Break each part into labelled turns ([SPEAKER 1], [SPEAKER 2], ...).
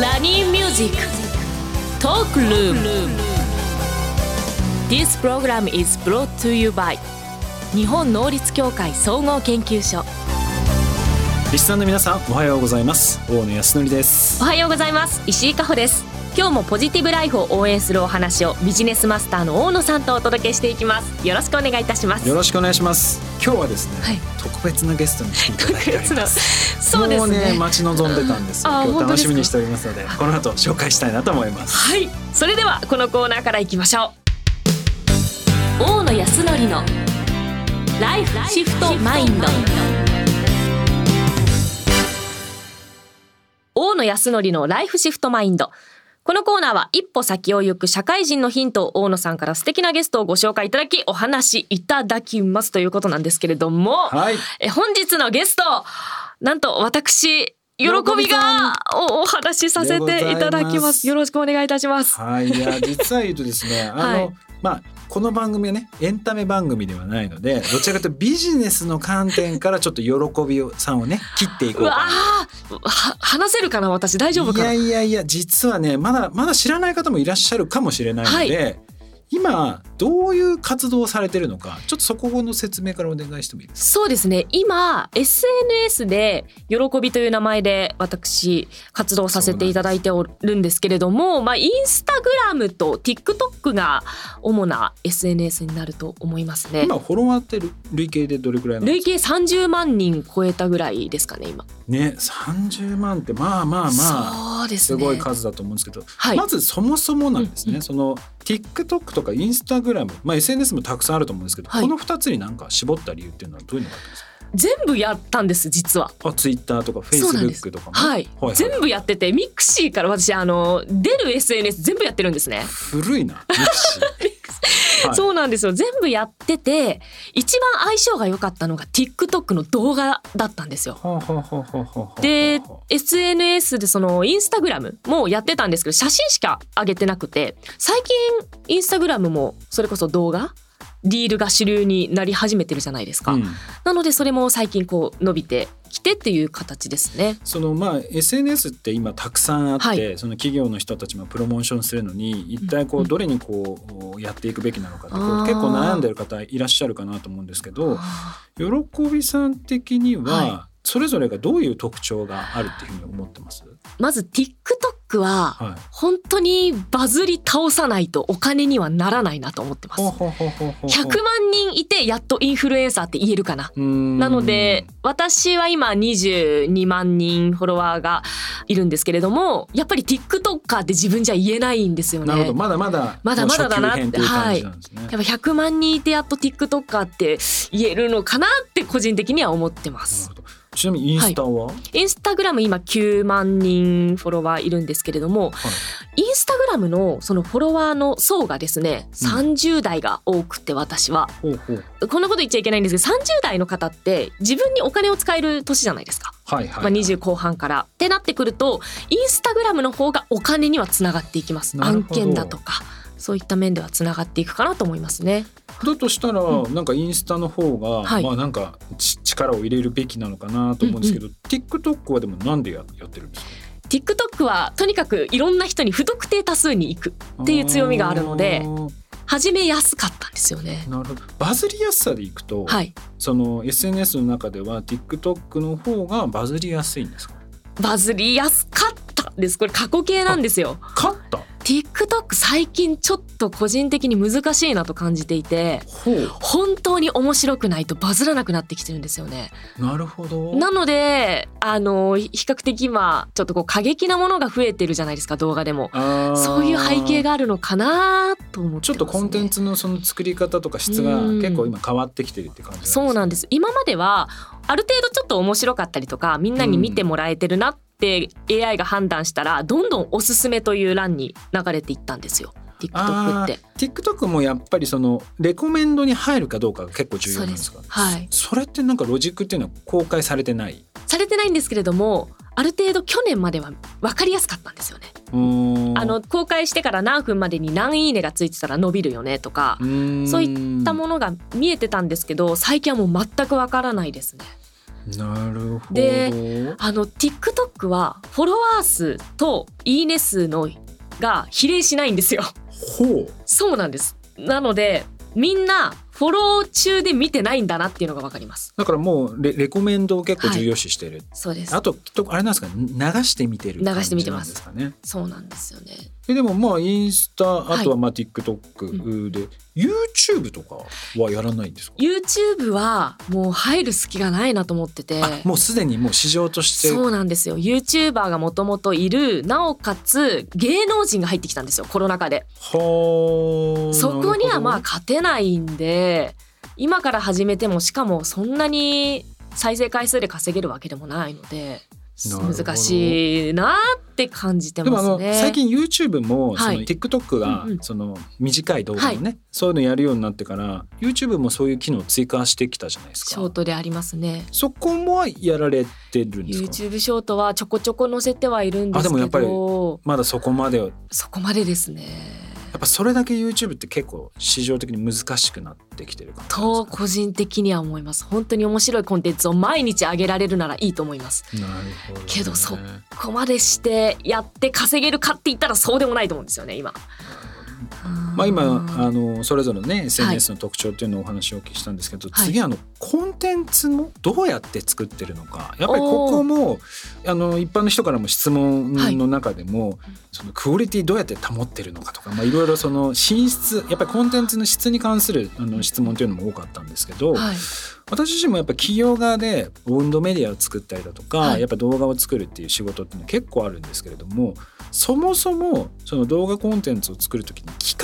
[SPEAKER 1] ラニーミュージックトークルーム This program is brought to you by 日本能率協会総合研究所
[SPEAKER 2] リスナーの皆さんおはようございます大野康則です
[SPEAKER 1] おはようございます石井加穂です今日もポジティブライフを応援するお話をビジネスマスターの大野さんとお届けしていきますよろしくお願いいたします
[SPEAKER 2] よろしくお願いします今日はですね、
[SPEAKER 1] はい
[SPEAKER 2] 特別なゲストに来ていただいてお ります
[SPEAKER 1] そうですね
[SPEAKER 2] もうね待ち望んでたんですよ
[SPEAKER 1] あー
[SPEAKER 2] 今日
[SPEAKER 1] 本当で
[SPEAKER 2] 楽
[SPEAKER 1] すか
[SPEAKER 2] しみにしておりますのでこの後紹介したいなと思い ます
[SPEAKER 1] はいそれではこのコーナーからいきましょう大野康則のライフシフトマインド大野康則のライフシフトマインドこのコーナーは一歩先を行く社会人のヒントを大野さんから素敵なゲストをご紹介いただきお話しいただきますということなんですけれども、
[SPEAKER 2] はい
[SPEAKER 1] え本日のゲストなんと私喜びがおお話しさせていただき
[SPEAKER 2] でござ
[SPEAKER 1] ま
[SPEAKER 2] います
[SPEAKER 1] すよろしくお願いいたします
[SPEAKER 2] はいいや実は言うとです ねあの、
[SPEAKER 1] はい
[SPEAKER 2] まあこの番組はねエンタメ番組ではないのでどちらかというとビジネスの観点からちょっと喜びをさんをね切っていうこうか
[SPEAKER 1] わ
[SPEAKER 2] な
[SPEAKER 1] ーは話せるかな私大丈夫かない
[SPEAKER 2] やいやいや実はねまだまだ知らない方もいらっしゃるかもしれないので、今どういう活動をされてるのかちょっとそこの説明からお願いしてもいいです
[SPEAKER 1] そうですね今 SNS で「喜び」という名前で私活動させていただいておるんですけれどもまあインスタグラムと TikTok が主な SNS になると思います
[SPEAKER 2] か
[SPEAKER 1] ね
[SPEAKER 2] 今フォロワーって累計でどれくらいなの
[SPEAKER 1] 累計30万人超えたぐらいですかね今
[SPEAKER 2] ね30万ってまあまあまあ
[SPEAKER 1] そうです
[SPEAKER 2] す
[SPEAKER 1] ね
[SPEAKER 2] ごい数だと思うんですけど、
[SPEAKER 1] はい
[SPEAKER 2] まずそもそもなんですね、
[SPEAKER 1] うんう
[SPEAKER 2] その TikTok とか Instagram、まあ、SNS もたくさんあると思うんですけど、
[SPEAKER 1] はい
[SPEAKER 2] この2つになんか絞った理由っていうのはどういうのがあったんですか
[SPEAKER 1] 全部やったんです実は
[SPEAKER 2] あ Twitter とか
[SPEAKER 1] そうなんです
[SPEAKER 2] Facebook とかも、
[SPEAKER 1] はい、
[SPEAKER 2] はいはい
[SPEAKER 1] 全部やっててミクシーから私あの出る SNS 全部やってるんですね、
[SPEAKER 2] 古 いなミクシーはい
[SPEAKER 1] そうなんですよ全部やってて一番相性が良かったのが TikTok の動画だったんですよ
[SPEAKER 2] ほうほうほうほうほうほう
[SPEAKER 1] で SNS でそのインスタグラムもやってたんですけど写真しか上げてなくて最近インスタグラムもそれこそ動画リールが主流になり始めてるじゃないですか、
[SPEAKER 2] うん
[SPEAKER 1] なのでそれも最近こう伸びてきてっていう形ですね
[SPEAKER 2] そのまあ SNS って今たくさんあって、
[SPEAKER 1] はい
[SPEAKER 2] その企業の人たちもプロモーションするのに一体こ
[SPEAKER 1] うん
[SPEAKER 2] う
[SPEAKER 1] うん
[SPEAKER 2] どれにこうやっていくべきなのかってこ
[SPEAKER 1] あ
[SPEAKER 2] う
[SPEAKER 1] ー
[SPEAKER 2] 結構悩んでる方いらっしゃるかなと思うんですけど喜びさん的に
[SPEAKER 1] は
[SPEAKER 2] はそれぞれがどういう特徴があるっていうふうに思ってます、
[SPEAKER 1] まず TikTok は
[SPEAKER 2] はい、
[SPEAKER 1] 本当にバズり倒さないとお金にはならないなと思ってます。
[SPEAKER 2] ほ
[SPEAKER 1] 100
[SPEAKER 2] うほうほうほうほう
[SPEAKER 1] 万人いてやっとインフルエンサーって言えるかな。
[SPEAKER 2] うーん
[SPEAKER 1] なので私は今22万人フォロワーがいるんですけれどもやっぱり TikToker って自分じゃ言えないんですよね。
[SPEAKER 2] なるほどまだまだ
[SPEAKER 1] まだまだだな
[SPEAKER 2] 初級編っていう感じなんですね、
[SPEAKER 1] やっぱ100万人いてやっと TikToker って言えるのかなって個人的には思ってま
[SPEAKER 2] な
[SPEAKER 1] す
[SPEAKER 2] る。ほどちなみにインスタは、
[SPEAKER 1] インスタグラム今9万人フォロワーいるんですけれども、
[SPEAKER 2] は
[SPEAKER 1] インスタグラムのそのフォロワーの層がですね、30代が多くて私は
[SPEAKER 2] ほうほう
[SPEAKER 1] こんなこと言っちゃいけないんですけど30代の方って自分にお金を使える年じゃないですか、
[SPEAKER 2] はいはい、
[SPEAKER 1] まあ、20後半から。ってなってくるとインスタグラムの方がお金にはつながっていきます
[SPEAKER 2] なる
[SPEAKER 1] 案
[SPEAKER 2] ほど
[SPEAKER 1] 件だとかそういった面ではつながっていくかなと思いますね。
[SPEAKER 2] だとしたら、
[SPEAKER 1] う
[SPEAKER 2] なんかインスタの方が、
[SPEAKER 1] はい
[SPEAKER 2] まあなんかち力を入れるべきなのかなと思うんですけど、TikTok はでもなんでややってるんですか
[SPEAKER 1] TikTok はとにかくいろんな人に不特定多数に行くっていう強みがあるので
[SPEAKER 2] あー
[SPEAKER 1] 始めやすかったんですよね。
[SPEAKER 2] なるほどバズりやすさでいくと、
[SPEAKER 1] はい
[SPEAKER 2] その SNS の中では TikTok の方がバズりやすいんですか
[SPEAKER 1] バズりやすかったですこれ過去形なんですよ
[SPEAKER 2] 勝った
[SPEAKER 1] TikTok 最近ちょっと個人的に難しいなと感じていて
[SPEAKER 2] ほう
[SPEAKER 1] 本当に面白くないとバズらなくなってきてるんですよね
[SPEAKER 2] なるほど
[SPEAKER 1] なのであの比較的今ちょっとこう過激なものが増えてるじゃないですか動画でも
[SPEAKER 2] あー
[SPEAKER 1] そういう背景があるのかなと思ってます、ね、
[SPEAKER 2] ちょっとコンテンツのその作り方とか質が
[SPEAKER 1] うん
[SPEAKER 2] 結構今変わってきてるって感じなんですね
[SPEAKER 1] そうなんです今まではある程度ちょっと面白かったりとかみんなに見てもらえてるなって AI が判断したらどんどんおすすめという欄に流れていったんですよ TikTok
[SPEAKER 2] あ
[SPEAKER 1] っ
[SPEAKER 2] ー
[SPEAKER 1] て
[SPEAKER 2] TikTok もやっぱりそのレコメンドに入るかどうかが結構重要なんですか
[SPEAKER 1] そうですはい
[SPEAKER 2] それってなんかロジックっていうのは公開されてない
[SPEAKER 1] されてないんですけれどもある程度去年までは分かりやすかったんですよね
[SPEAKER 2] うーん
[SPEAKER 1] あの公開してから何分までに何いいねがついてたら伸びるよねとか
[SPEAKER 2] うーん
[SPEAKER 1] そういったものが見えてたんですけど最近はもう全く分からないですね
[SPEAKER 2] なるほど。
[SPEAKER 1] であの TikTok はフォロワー数といいね数のが比例しないんですよ。
[SPEAKER 2] ほう。
[SPEAKER 1] そうなんです。なのでみんなフォロー中で見てないんだなっていうのがわかります。
[SPEAKER 2] だからもうレレコメンドを結構重要視してる。
[SPEAKER 1] そうです
[SPEAKER 2] あ。ときっとあれなんですかね流して見てる
[SPEAKER 1] 流して見てます
[SPEAKER 2] 感じなんですか
[SPEAKER 1] そ
[SPEAKER 2] ね
[SPEAKER 1] うなんですよね。
[SPEAKER 2] えでもまあインスタ
[SPEAKER 1] い
[SPEAKER 2] あとはまあ TikTok で、YouTube とかはやらないんですか
[SPEAKER 1] YouTube はもう入る隙がないなと思ってて。
[SPEAKER 2] あもうすでにもう市場として
[SPEAKER 1] そうなんですよ YouTuber がもともといるなおかつ芸能人が入ってきたんですよコロナ禍で
[SPEAKER 2] はあ
[SPEAKER 1] そこにはまあ
[SPEAKER 2] なる
[SPEAKER 1] 勝てないんで今から始めてもしかもそんなに再生回数で稼げるわけでもないので
[SPEAKER 2] なるほど
[SPEAKER 1] 難しいなって感じて
[SPEAKER 2] ほどでも
[SPEAKER 1] ま
[SPEAKER 2] あ
[SPEAKER 1] す
[SPEAKER 2] の
[SPEAKER 1] ね。
[SPEAKER 2] 最近 YouTube もそ
[SPEAKER 1] は
[SPEAKER 2] の
[SPEAKER 1] い
[SPEAKER 2] TikTok が
[SPEAKER 1] うんうん
[SPEAKER 2] その短い動画をね、そういうのやるようになってから YouTube もそういう機能を追加してきたじゃないです
[SPEAKER 1] ショー
[SPEAKER 2] か
[SPEAKER 1] トでありますね。
[SPEAKER 2] そこもやられてるんですか
[SPEAKER 1] YouTube ショートはちょこちょこ載せてはいるんです
[SPEAKER 2] あでもや
[SPEAKER 1] け
[SPEAKER 2] っぱり
[SPEAKER 1] ど、
[SPEAKER 2] まだそこまでは
[SPEAKER 1] そこまでですね。
[SPEAKER 2] やっぱそれだけ YouTube って結構市場的に難しくなってきてる感じなん
[SPEAKER 1] と
[SPEAKER 2] ですか
[SPEAKER 1] 個人的には思います。本当に面白いコンテンツを毎日上げられるならいいと思います。
[SPEAKER 2] なるほど、ね、
[SPEAKER 1] けどそここまでしてやって稼げるかって言ったらそうでもないと思うんですよね今。
[SPEAKER 2] まあ今
[SPEAKER 1] うん
[SPEAKER 2] あのそれぞれのね SNS の特徴っていうのをお話をお聞きしたんですけど、
[SPEAKER 1] はい
[SPEAKER 2] 次あのコンテンツもどうやって作ってるのかやっぱりここもあの一般の人からも質問の中でも、そのクオリティどうやって保ってるのかとかまあいろいろその品質やっぱりコンテンツの質に関するあの質問というのも多かったんですけど、
[SPEAKER 1] はい
[SPEAKER 2] 私自身もやっぱ企業側でオウンドメディアを作ったりだとか、
[SPEAKER 1] はい
[SPEAKER 2] やっぱ動画を作るっていう仕事っていうのは結構あるんですけれどもそもそもその動画コンテンツを作る時に企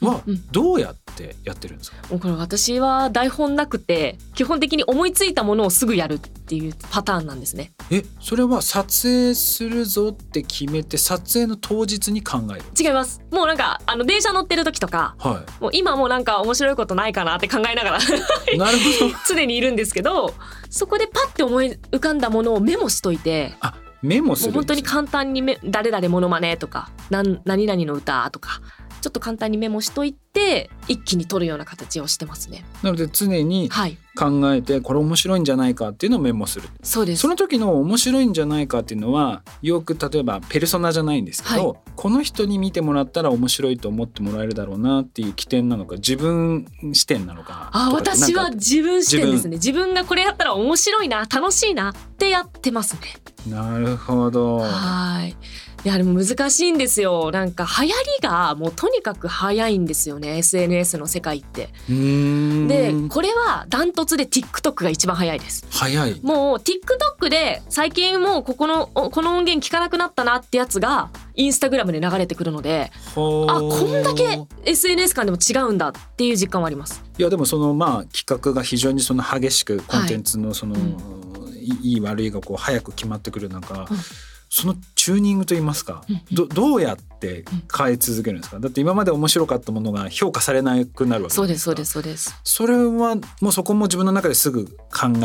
[SPEAKER 2] 画は
[SPEAKER 1] うん
[SPEAKER 2] どうやってやってるんですか、
[SPEAKER 1] もうこれ私は台本なくて基本的に思いついたものをすぐやるっていうパターンなんですね。
[SPEAKER 2] えそれは撮影するぞって決めて撮影の当日に考える
[SPEAKER 1] 違います。もうなんかあの電車乗ってる時とか
[SPEAKER 2] は
[SPEAKER 1] もう今もうなんか面白いことないかなって考え ながら
[SPEAKER 2] いなるほ ど
[SPEAKER 1] 常にいるんですけどそこでパッて思い浮かんだものをメモしといて。
[SPEAKER 2] あメモ
[SPEAKER 1] もう
[SPEAKER 2] するん
[SPEAKER 1] 本当
[SPEAKER 2] です
[SPEAKER 1] に
[SPEAKER 2] ね
[SPEAKER 1] 簡単にめ誰々モノマネとかなん何々の歌とかちょっと簡単にメモしといて一気に取るような形をしてますね。
[SPEAKER 2] なので常に
[SPEAKER 1] はい、
[SPEAKER 2] 考えてこれ面白いんじゃないかっていうのをメモする
[SPEAKER 1] そうです。
[SPEAKER 2] その時の面白いんじゃないかっていうのはよく例えばペルソナじゃないんですけど、この人に見てもらったら面白いと思ってもらえるだろうなっていう起点なのか自分視点なのか
[SPEAKER 1] あ、
[SPEAKER 2] とか
[SPEAKER 1] 私
[SPEAKER 2] な
[SPEAKER 1] は
[SPEAKER 2] んか
[SPEAKER 1] 自分視点ですね。自分がこれやったら面白いな、楽しいなってやってますね。
[SPEAKER 2] なるほど
[SPEAKER 1] はい。いやでも難しいんですよ。なんか流行りがもうとにかく早いんですよね。SNS の世界って。
[SPEAKER 2] うーん
[SPEAKER 1] で、これはダントツで TikTok が一番早いです。
[SPEAKER 2] 早い
[SPEAKER 1] もう TikTok で最近もうここのおこの音源聞かなくなったなってやつがインスタグラムで流れてくるので
[SPEAKER 2] ほー
[SPEAKER 1] あこんだけ SNS 間でも違うんだっていう実感はあります。
[SPEAKER 2] いやでもそのまあ企画が非常にその激しくコンテンツのその、
[SPEAKER 1] う
[SPEAKER 2] いいい悪いがこう早く決まってくる中、
[SPEAKER 1] うん
[SPEAKER 2] そのチューニングといいますか、
[SPEAKER 1] うん
[SPEAKER 2] どどうやって変え続けるんですかだって今まで面白かったものが評価されなくなるわけ
[SPEAKER 1] そうですそうですすそうです。
[SPEAKER 2] それはもうそこも自分の中ですぐ考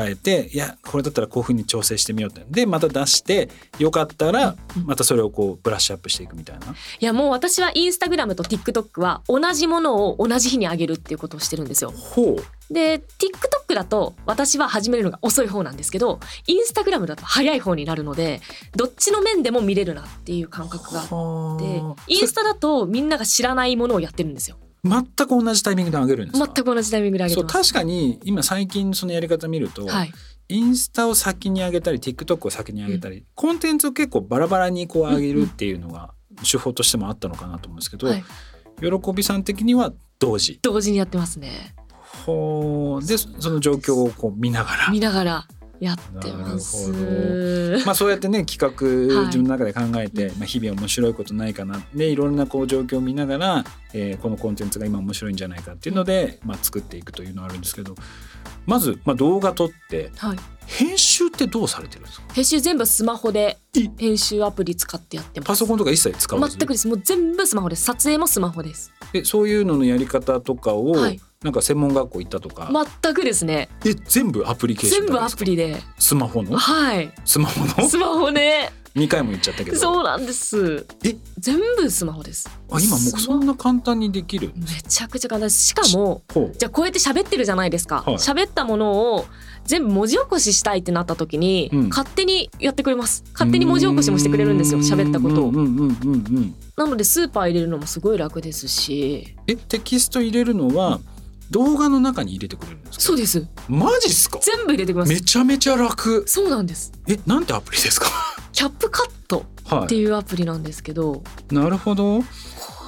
[SPEAKER 2] えていやこれだったらこういうふうに調整してみようってでまた出してよかったら
[SPEAKER 1] うんうん
[SPEAKER 2] またそれをこうブラッシュアップしていくみたいな。
[SPEAKER 1] いやもう私はインスタグラムと TikTok は同じものを同じ日に上げるっていうことをしてるんですよ。
[SPEAKER 2] ほう
[SPEAKER 1] で TikTok だと私は始めるのが遅い方なんですけどインスタグラムだと早い方になるのでどっちの面でも見れるなっていう感覚があって
[SPEAKER 2] はあ
[SPEAKER 1] インスタだとみんなが知らないものをやってるんですよ。
[SPEAKER 2] 全く同じタイミングで上げるんです
[SPEAKER 1] 全
[SPEAKER 2] か
[SPEAKER 1] く同じタイミングで上げ
[SPEAKER 2] そ
[SPEAKER 1] て
[SPEAKER 2] う
[SPEAKER 1] ます。
[SPEAKER 2] 確かに今最近そのやり方見ると、
[SPEAKER 1] はい、
[SPEAKER 2] インスタを先に上げたり TikTok を先に上げたり、コンテンツを結構バラバラにこう上げるっていうのが手法としてもあったのかなと思うんですけど、
[SPEAKER 1] はい、
[SPEAKER 2] 喜びさん的には同時
[SPEAKER 1] 同時にやってますね。
[SPEAKER 2] ほうでその状況をこう見ながら
[SPEAKER 1] 見。ながらやってます。
[SPEAKER 2] なるまあ、そうやってね企
[SPEAKER 1] はい
[SPEAKER 2] 画自分の中で考えて、まあ、日々面白いことないかなでいろんなこう状況を見ながら、えーこのコンテンツが今面白いんじゃないかっていうので、まあ、作っていくというのはあるんですけどまず、まあ、動画撮って
[SPEAKER 1] はい、
[SPEAKER 2] 編集ってどうされてるんですか
[SPEAKER 1] 編集全部スマホで
[SPEAKER 2] え
[SPEAKER 1] 編集アプリ使ってやってます。
[SPEAKER 2] パソコンとか一切使わず
[SPEAKER 1] 全くです。もう全部スマホです。撮影もスマホです。
[SPEAKER 2] えそういうののやり方とかを、
[SPEAKER 1] はい
[SPEAKER 2] なんか専門学校行ったとか、
[SPEAKER 1] 全くですね。
[SPEAKER 2] え全部アプリケーション
[SPEAKER 1] 全部
[SPEAKER 2] なん
[SPEAKER 1] ア
[SPEAKER 2] ですか
[SPEAKER 1] プリで、
[SPEAKER 2] スマホの
[SPEAKER 1] はい、
[SPEAKER 2] スマホの
[SPEAKER 1] スマホで、
[SPEAKER 2] 2回も言っちゃったけど
[SPEAKER 1] そうなんです。
[SPEAKER 2] え
[SPEAKER 1] 全部スマホです。
[SPEAKER 2] あ今もうそんな簡単にできる
[SPEAKER 1] めちゃくちゃ簡単です。しかも、
[SPEAKER 2] ほう
[SPEAKER 1] じゃあこうやって喋ってるじゃないですか。
[SPEAKER 2] はい
[SPEAKER 1] 喋ったものを全部文字起こししたいってなった時に、
[SPEAKER 2] うん
[SPEAKER 1] 勝手にやってくれます勝手に文字起こしもしてくれるんですよ喋ったことを、
[SPEAKER 2] うんうんうんうんうん
[SPEAKER 1] なのでスーパー入れるのもすごい楽ですし
[SPEAKER 2] えテキスト入れるのは動画の中に入れてくれるんですか
[SPEAKER 1] そうです
[SPEAKER 2] マジっすか
[SPEAKER 1] 全部入れてくれま
[SPEAKER 2] め
[SPEAKER 1] す
[SPEAKER 2] ちゃめちゃ楽
[SPEAKER 1] そうなんです
[SPEAKER 2] えなんてアプリですか
[SPEAKER 1] キャップカット
[SPEAKER 2] は
[SPEAKER 1] って
[SPEAKER 2] い
[SPEAKER 1] いうアプリなんですけど、
[SPEAKER 2] なるほど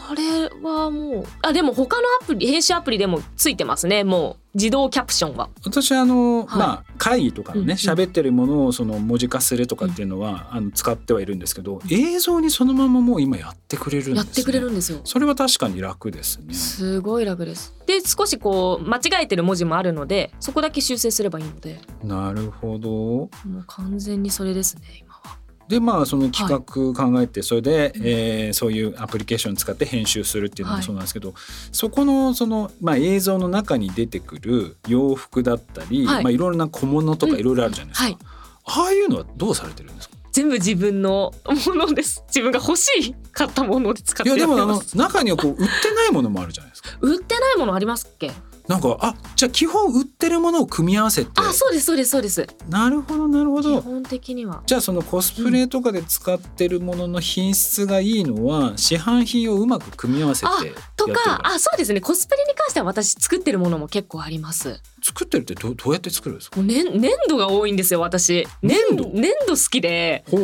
[SPEAKER 1] これはもうあでも他のアプリ編集アプリでもついてますねもう自動キャプションは
[SPEAKER 2] 私あの、
[SPEAKER 1] はい
[SPEAKER 2] まあ会議とか
[SPEAKER 1] う
[SPEAKER 2] の
[SPEAKER 1] んうん
[SPEAKER 2] ね喋、ってるものをその文字化するとかっていうのは、あの使ってはいるんですけど映像にそのままもう今やってくれるんです、ね、
[SPEAKER 1] やってくれるんですよ
[SPEAKER 2] それは確かに楽ですね
[SPEAKER 1] すごい楽ですで少しこう間違えてる文字もあるのでそこだけ修正すればいいので
[SPEAKER 2] なるほど
[SPEAKER 1] もう完全にそれですね今は
[SPEAKER 2] でまあその企画考えてそれで、えーそういうアプリケーション使って編集するっていうの
[SPEAKER 1] は
[SPEAKER 2] も
[SPEAKER 1] い
[SPEAKER 2] そうなんですけど、そこのその、まあ、映像の中に出てくる洋服だったり、
[SPEAKER 1] はい
[SPEAKER 2] いまあ、いろんな小物とかいろいろあるじゃないですか、
[SPEAKER 1] はい
[SPEAKER 2] ああいうのはどうされてるんですか
[SPEAKER 1] 全部自分のものです 自分が欲しい買ったもので使っ
[SPEAKER 2] い
[SPEAKER 1] て
[SPEAKER 2] や
[SPEAKER 1] やって
[SPEAKER 2] でもあ
[SPEAKER 1] ま
[SPEAKER 2] の
[SPEAKER 1] す
[SPEAKER 2] 中にはこう売ってないものもあるじゃないですか
[SPEAKER 1] 売ってないものありますっけ
[SPEAKER 2] なんかあじゃあ基本売ってるものを組み合わせて
[SPEAKER 1] あそうですそうですそうです
[SPEAKER 2] なるほどなるほ
[SPEAKER 1] 基
[SPEAKER 2] ど
[SPEAKER 1] 本的には
[SPEAKER 2] じゃあそのコスプレとかで使ってるものの品質がいいのは市販品をうまく組み合わせてやってる
[SPEAKER 1] と
[SPEAKER 2] から
[SPEAKER 1] かあそうですねコスプレに関しては私作ってるものも結構あります
[SPEAKER 2] 作ってるってどうどうやって作るんですか
[SPEAKER 1] もう粘粘土が多いんですよ私粘
[SPEAKER 2] 粘土
[SPEAKER 1] 粘土好きで
[SPEAKER 2] ほう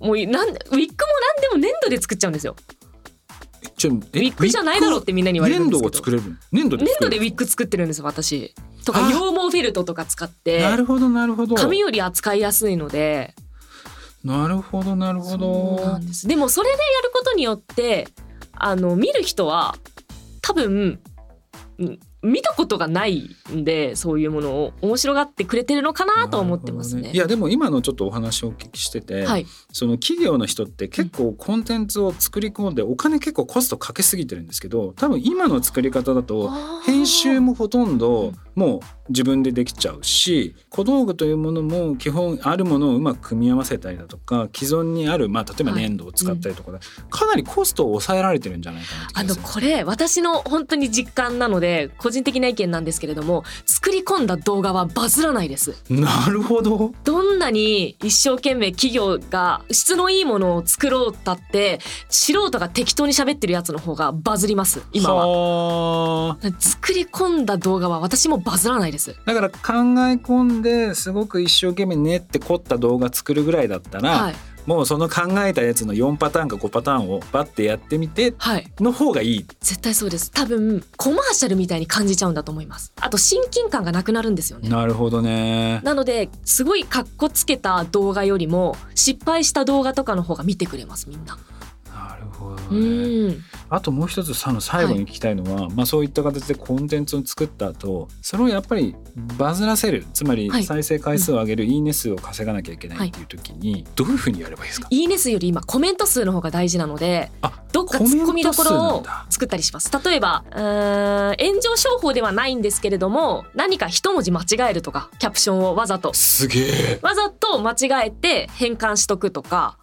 [SPEAKER 1] もうなんウィッグも何でも粘土で作っちゃうんですよ
[SPEAKER 2] えちょ
[SPEAKER 1] ウィッグじゃないだろうってみんなに言われるん
[SPEAKER 2] 粘
[SPEAKER 1] で
[SPEAKER 2] 土
[SPEAKER 1] すけ
[SPEAKER 2] を
[SPEAKER 1] ど
[SPEAKER 2] 作れる粘土で
[SPEAKER 1] 粘
[SPEAKER 2] 作
[SPEAKER 1] 土
[SPEAKER 2] れ
[SPEAKER 1] で
[SPEAKER 2] る
[SPEAKER 1] ウィッグ作ってるんです私と
[SPEAKER 2] あ
[SPEAKER 1] か
[SPEAKER 2] ー
[SPEAKER 1] 羊毛フェルトとか使って
[SPEAKER 2] なるほどなるほど
[SPEAKER 1] 紙より扱いやすいので
[SPEAKER 2] なるほどなるほ
[SPEAKER 1] そうな
[SPEAKER 2] ど
[SPEAKER 1] んですでもそれでやることによってあの見る人は多分うん見たことがないんでそういうものを面白がってくれてるのかなと思ってます
[SPEAKER 2] なるほど
[SPEAKER 1] ね。
[SPEAKER 2] いやでも今のちょっとお話をお聞きしてて、
[SPEAKER 1] はい、
[SPEAKER 2] その企業の人って結構コンテンツを作り込んでお金結構コストかけすぎてるんですけど多分今の作り方だと
[SPEAKER 1] あー
[SPEAKER 2] 編集もほとん
[SPEAKER 1] う
[SPEAKER 2] ど
[SPEAKER 1] ん
[SPEAKER 2] もう自分でできちゃうし小道具というものも基本あるものをうまく組み合わせたりだとか既存にある、まあ、例えば
[SPEAKER 1] はい
[SPEAKER 2] 粘土を使ったりとかで、かなりコストを抑えられてるんじゃないかなって気
[SPEAKER 1] あ
[SPEAKER 2] が
[SPEAKER 1] の
[SPEAKER 2] する
[SPEAKER 1] これ私の本当に実感なので個人的な意見なんですけれども作り込んだ動画はバズらないです
[SPEAKER 2] なるほど
[SPEAKER 1] どんなに一生懸命企業が質のいいものを作ろうったって素人が適当に喋ってるやつの方がバズります今は
[SPEAKER 2] はあ
[SPEAKER 1] 作り込んだ動画は私もバズらないです
[SPEAKER 2] だから考え込んですごく一生懸命練って凝った動画作るぐらいだったら、
[SPEAKER 1] はい
[SPEAKER 2] もうその考えたやつの4パターンか5パターンをバッてやってみて
[SPEAKER 1] はい
[SPEAKER 2] の方がいい
[SPEAKER 1] 絶対そうです多分コマーシャルみたいに感じちゃうんだと思いますあと親近感がなくなるんですよね
[SPEAKER 2] なるほどね
[SPEAKER 1] なのですごいかっこつけた動画よりも失敗した動画とかの方が見てくれますみんな
[SPEAKER 2] なるほど
[SPEAKER 1] う
[SPEAKER 2] ね
[SPEAKER 1] ん
[SPEAKER 2] あともう一つその最後に聞きたいのは、まあ、そういった形でコンテンツを作った後それをやっぱりバズらせるつまり
[SPEAKER 1] はい
[SPEAKER 2] 再生回数を上げる、いいね数を稼がなきゃいけないっていう時にどういうふうにやればいいですか、
[SPEAKER 1] いいね数より今コメント数の方が大事なので
[SPEAKER 2] あ
[SPEAKER 1] どっかツッコミどころ
[SPEAKER 2] コメント数なん
[SPEAKER 1] を
[SPEAKER 2] だ
[SPEAKER 1] 作ったりします例えばうーん炎上商法ではないんですけれども何か一文字間違えるとかキャプションをわざと
[SPEAKER 2] すげえ
[SPEAKER 1] わざと間違えて変換しとくとか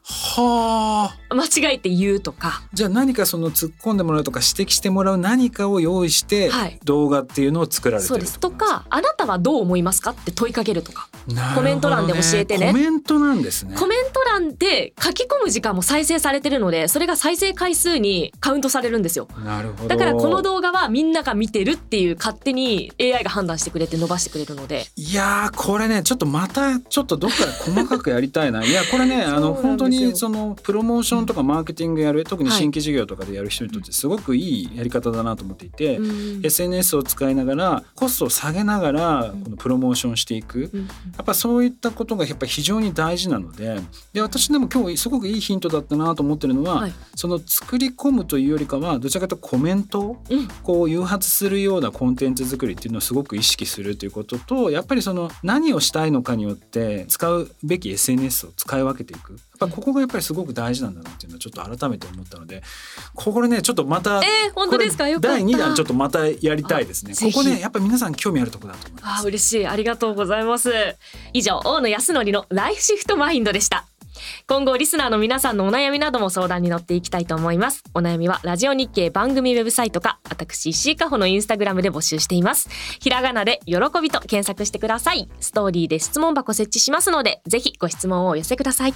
[SPEAKER 2] はあ
[SPEAKER 1] 間違えて言うとか
[SPEAKER 2] じゃあ何かその突っ込んでもらうとか指摘してもらう何かを用意して
[SPEAKER 1] はい
[SPEAKER 2] 動画っていうのを作られて
[SPEAKER 1] そう
[SPEAKER 2] る
[SPEAKER 1] です
[SPEAKER 2] ことなん
[SPEAKER 1] かあなたはどう思いますかって問いかけるとか
[SPEAKER 2] なるほどね
[SPEAKER 1] コメント欄で教えてね
[SPEAKER 2] コメントなんですね
[SPEAKER 1] コメント欄で書き込む時間も再生されてるのでそれが再生回数にカウントされるんですよ
[SPEAKER 2] なるほど
[SPEAKER 1] だからこの動画はみんなが見てるっていう勝手に AI が判断してくれて伸ばしてくれるので
[SPEAKER 2] いやーこれねちょっとまたちょっとどっかで細かくやりたい ないやこれねあの
[SPEAKER 1] そうなん
[SPEAKER 2] 本
[SPEAKER 1] ですよ
[SPEAKER 2] 当にそのプロモーションとかマーケティングやる特に
[SPEAKER 1] はい
[SPEAKER 2] 新規事業とかでやる人にとってすごくいいやり方だなと思っていて、
[SPEAKER 1] うん
[SPEAKER 2] SNS を使いながらコストを下げながら
[SPEAKER 1] うん
[SPEAKER 2] このプロモーションしていく
[SPEAKER 1] うん
[SPEAKER 2] やっぱそういったことがやっぱ非常に大事なのでで私でも今日すごくいいヒントだったなと思ってるのは、
[SPEAKER 1] はい
[SPEAKER 2] その作り込むというよりかはどちらかというとコメントを
[SPEAKER 1] うん
[SPEAKER 2] こう誘発するようなコンテンツ作りっていうのをすごく意識するということとやっぱりその何をしたいのかによって使うべき SNS を使い分けていくやっぱここがやっぱりすごく大事なんだなっていうのはちょっと改めて思ったのでこれねちょっとまた、
[SPEAKER 1] えー、本当です
[SPEAKER 2] こ
[SPEAKER 1] か
[SPEAKER 2] れ
[SPEAKER 1] よかった
[SPEAKER 2] 第2弾ちょっとまたやりたいですね
[SPEAKER 1] あ。ぜ
[SPEAKER 2] こ
[SPEAKER 1] ひ
[SPEAKER 2] こねやっぱり皆さん興味あるところだと思います
[SPEAKER 1] あー嬉しいありがとうございます以上大野康則のライフシフトマインドでした今後リスナーの皆さんのお悩みなども相談に乗っていきたいと思いますお悩みはラジオ日経番組ウェブサイトか私石井加穂のインスタグラムで募集していますひらがなで喜びと検索してくださいストーリーで質問箱設置しますのでぜひご質問をお寄せください